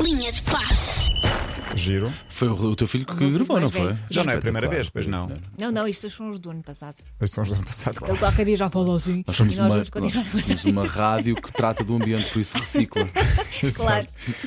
Linha de passe. Giro. Foi o o teu filho que meu filho gravou, não mais foi? velho. Já não é a primeira Espetacular. vez, pois não. Não, não, estes são os do ano passado. Pois são os do ano passado, Ele claro. qualquer dia já falou assim. Nós somos, e nós uma, vamos continuar nós a fazer somos uma isto. rádio que trata do ambiente, por isso recicla. Claro.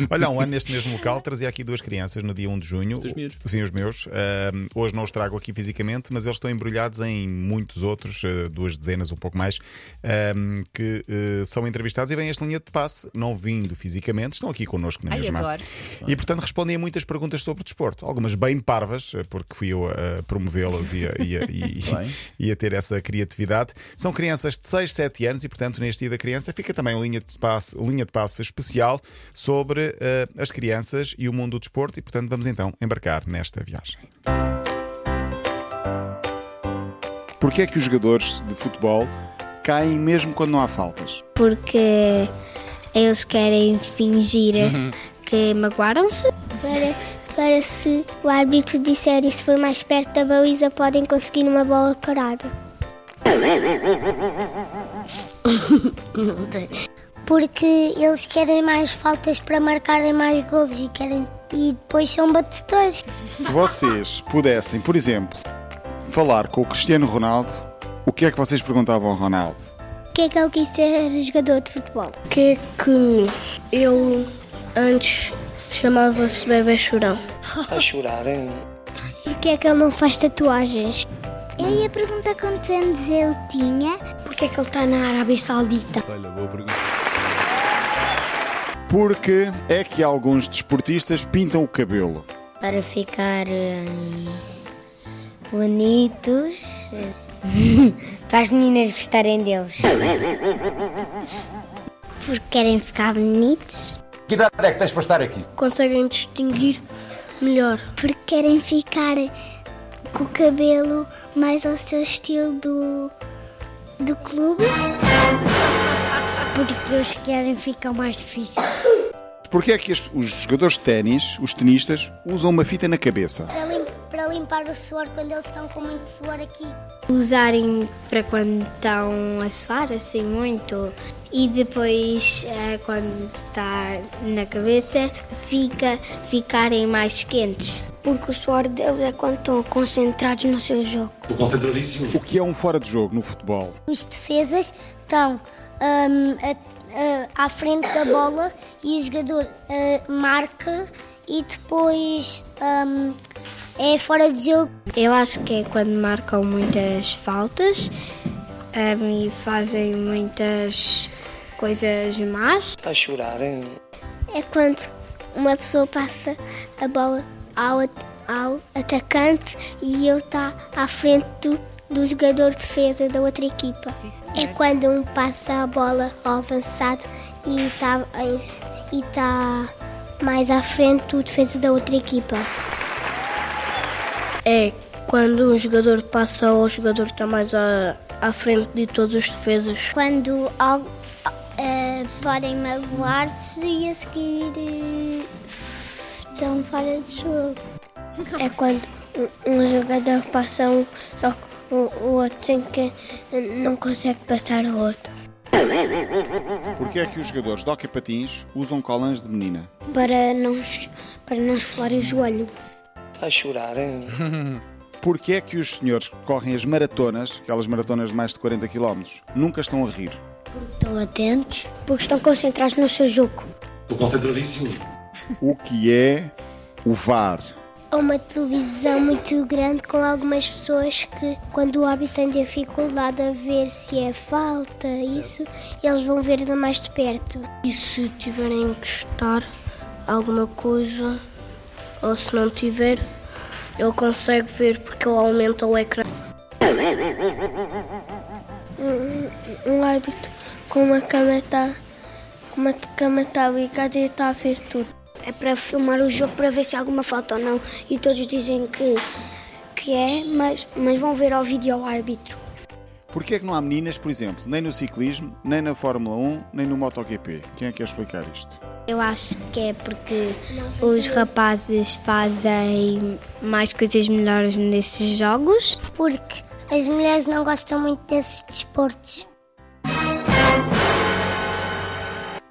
Olha, há um ano neste mesmo local trazia aqui duas crianças no dia 1 de junho. teus miúdos? Sim, os meus. Ahm, hoje não os trago aqui fisicamente, mas eles estão embrulhados em muitos outros, ah, duas dezenas, um pouco mais, ahm, que eh, são entrevistados e vêm esta linha de passe, não vindo fisicamente, estão aqui connosco na Ai, mesma. adoro. E portanto respondem a muitas perguntas sobre desporto, algumas bem parvas, eh, porque fui eu a promovê-las e, a- e, a- e- Bem. e a ter essa criatividade. São crianças de 6, 7 anos e, portanto, neste dia da criança fica também uma linha de passe, linha de passe especial sobre eh, as crianças e o mundo do desporto. E, portanto, vamos então embarcar nesta viagem. Porquê é que os jogadores de futebol caem mesmo quando não há faltas? porque eles querem fingir que magoaram-se. Para, para se o árbitro disser e se for mais perto da baliza, podem conseguir uma bola parada. Porque eles querem mais faltas para marcarem mais golos e, querem, e depois são batedores. Se vocês pudessem, por exemplo, falar com o Cristiano Ronaldo, o que é que vocês perguntavam ao Ronaldo? O que é que ele quis ser jogador de futebol? O que é que eu antes chamava-se bebê chorão? Porquê é que ele não faz tatuagens? Eu ia perguntar quantos anos ele tinha. Porquê é que ele está na Arábia Saudita? Olha, boa pergunta. Porque é que alguns desportistas pintam o cabelo? Para ficar hum, bonitos. Para as meninas gostarem deles. Porque querem ficar bonitos. Que idade é que tens para estar aqui? Conseguem distinguir melhor. Porque querem ficar com o cabelo mais ao seu estilo do, do clube. Porque eles querem ficar mais difíceis. Porquê é que as- os jogadores de ténis, os tenistas, usam uma fita na cabeça? Para, lim- para limpar o suor quando eles estão com muito suor aqui. Usarem para quando estão a suar assim muito. E depois, eh, quando está na cabeça, fica, ficarem mais quentes. Porque o suor deles é quando estão concentrados no seu jogo. O que é um fora de jogo no futebol? Os defesas estão hum, a- a- à frente da bola e o jogador uh, marca e depois hum, é fora de jogo. Eu acho que é quando marcam muitas faltas hum, e fazem muitas coisas más. É quando uma pessoa passa a bola ao, at- ao atacante e ele está à frente do, do jogador de defesa da outra equipa. Sim, senhor. É quando um passa a bola ao avançado e está e tá mais à frente do defesa da outra equipa. É quando um jogador passa ao jogador que está mais à, à frente de todos os defesas. Quando al- eh, podem magoar-se e a seguir eh, estão fora de jogo. É quando um, jogador passa um, só que o, outro sem que não consegue passar o outro. Porquê é que os jogadores de hockey patins usam colãs de menina? Para não, para não esfolar o joelho. Porquê é que os senhores que correm as maratonas, aquelas maratonas de mais de 40 km, nunca estão a rir? Estão atentos porque estão concentrados no seu jogo. O que é o VAR? Há uma televisão muito grande com algumas pessoas que, quando o árbitro tem dificuldade a ver se é falta, isso, eles vão ver de mais de perto. E se tiverem que chutar alguma coisa, ou se não tiver, ele consegue ver porque ele aumenta o ecrã. Um árbitro com uma câmera está com uma câmera está ligada e está a ver tudo. É para filmar o jogo para ver se há alguma falta ou não. E todos dizem que, que é, mas, mas vão ver ao vídeo ao árbitro. Porquê é que não há meninas, por exemplo, nem no ciclismo, nem na Fórmula 1, nem no MotoGP? Quem é que quer explicar isto? Eu acho que é porque os rapazes fazem mais coisas melhores nesses jogos. Porque as mulheres não gostam muito desses desportos.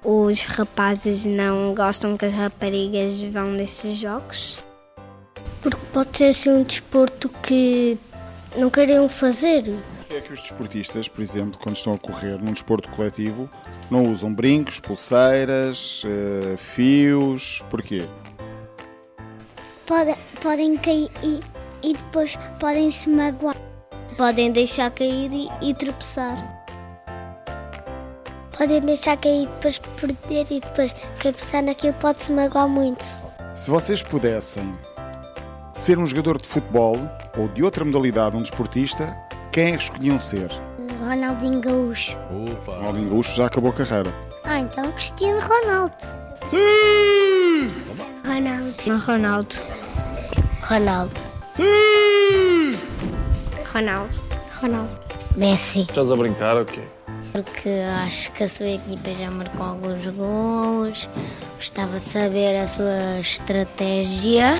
Os rapazes não gostam que as raparigas vão nesses jogos. Porque pode ser assim um desporto que não queriam fazer. Porquê é que os desportistas, por exemplo, quando estão a correr num desporto coletivo, não usam brincos, pulseiras, eh, fios? Porquê? podem cair e, e depois podem se magoar. Podem deixar cair e, e tropeçar. Podem deixar cair e depois perder e depois cabeçar naquilo pode se magoar muito. Se vocês pudessem ser um jogador de futebol ou de outra modalidade, um desportista, quem é que escolhiam ser? Ronaldinho Gaúcho. Opa! Ronaldinho Gaúcho já acabou a carreira. Ah, então Cristiano Ronaldo. Ronaldo. Ronaldo. Ronaldo. Ronaldo. Ronaldo. Messi. Estás a brincar ou quê? Porque acho que a sua equipa já marcou alguns gols. Gostava de saber a sua estratégia.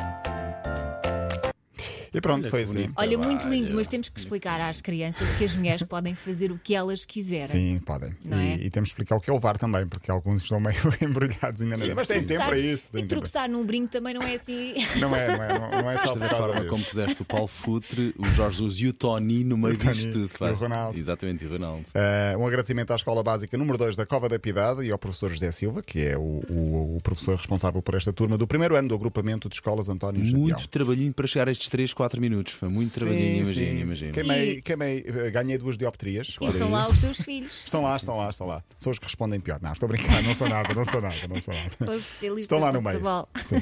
E É pronto, foi assim. Olha, muito lindo, mas temos que explicar às crianças que as mulheres podem fazer o que elas quiserem. Sim, podem. Não E, é? e temos que explicar o que é o VAR também, porque alguns estão meio embrulhados ainda na Mas tem tempo para isso. E Tem tempo. tropeçar num brinco também não é assim. Não é, não é, não, não é só por Da causa forma disso. como puseste o Paulo Futre, o Jorge Jesus e o Tony no meio O Tony disto tudo. e pá. o Ronaldo. Exatamente, e o Ronaldo. Eh, um agradecimento à Escola Básica número 2 da Cova da Piedade e ao professor José Silva, que é o, o- o professor responsável por esta turma do primeiro ano do agrupamento de escolas António Jadiel. Muito trabalhinho para chegar a estes 3, 4 minutos. pá. Muito trabalhinho, Sim, imagina, sim. imagina. Queimei, queimei, eh, ganhei duas dioptrias. E estão lá os teus filhos. Estão lá, estão lá, estão lá. São os que respondem pior. Não, estou a brincar, não sou nada, não sou nada, não sou nada. São os especialistas Estão lá do no meio. futebol. Sim.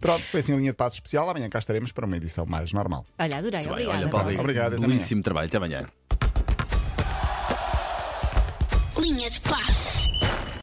Pronto, foi assim a linha de passo especial. Amanhã cá estaremos para uma edição mais normal. Olha, adorei, Muito bem, obrigada. olha, Paulo, é Obrigado, até amanhã. belíssimo trabalho. Até amanhã. Linha de passe.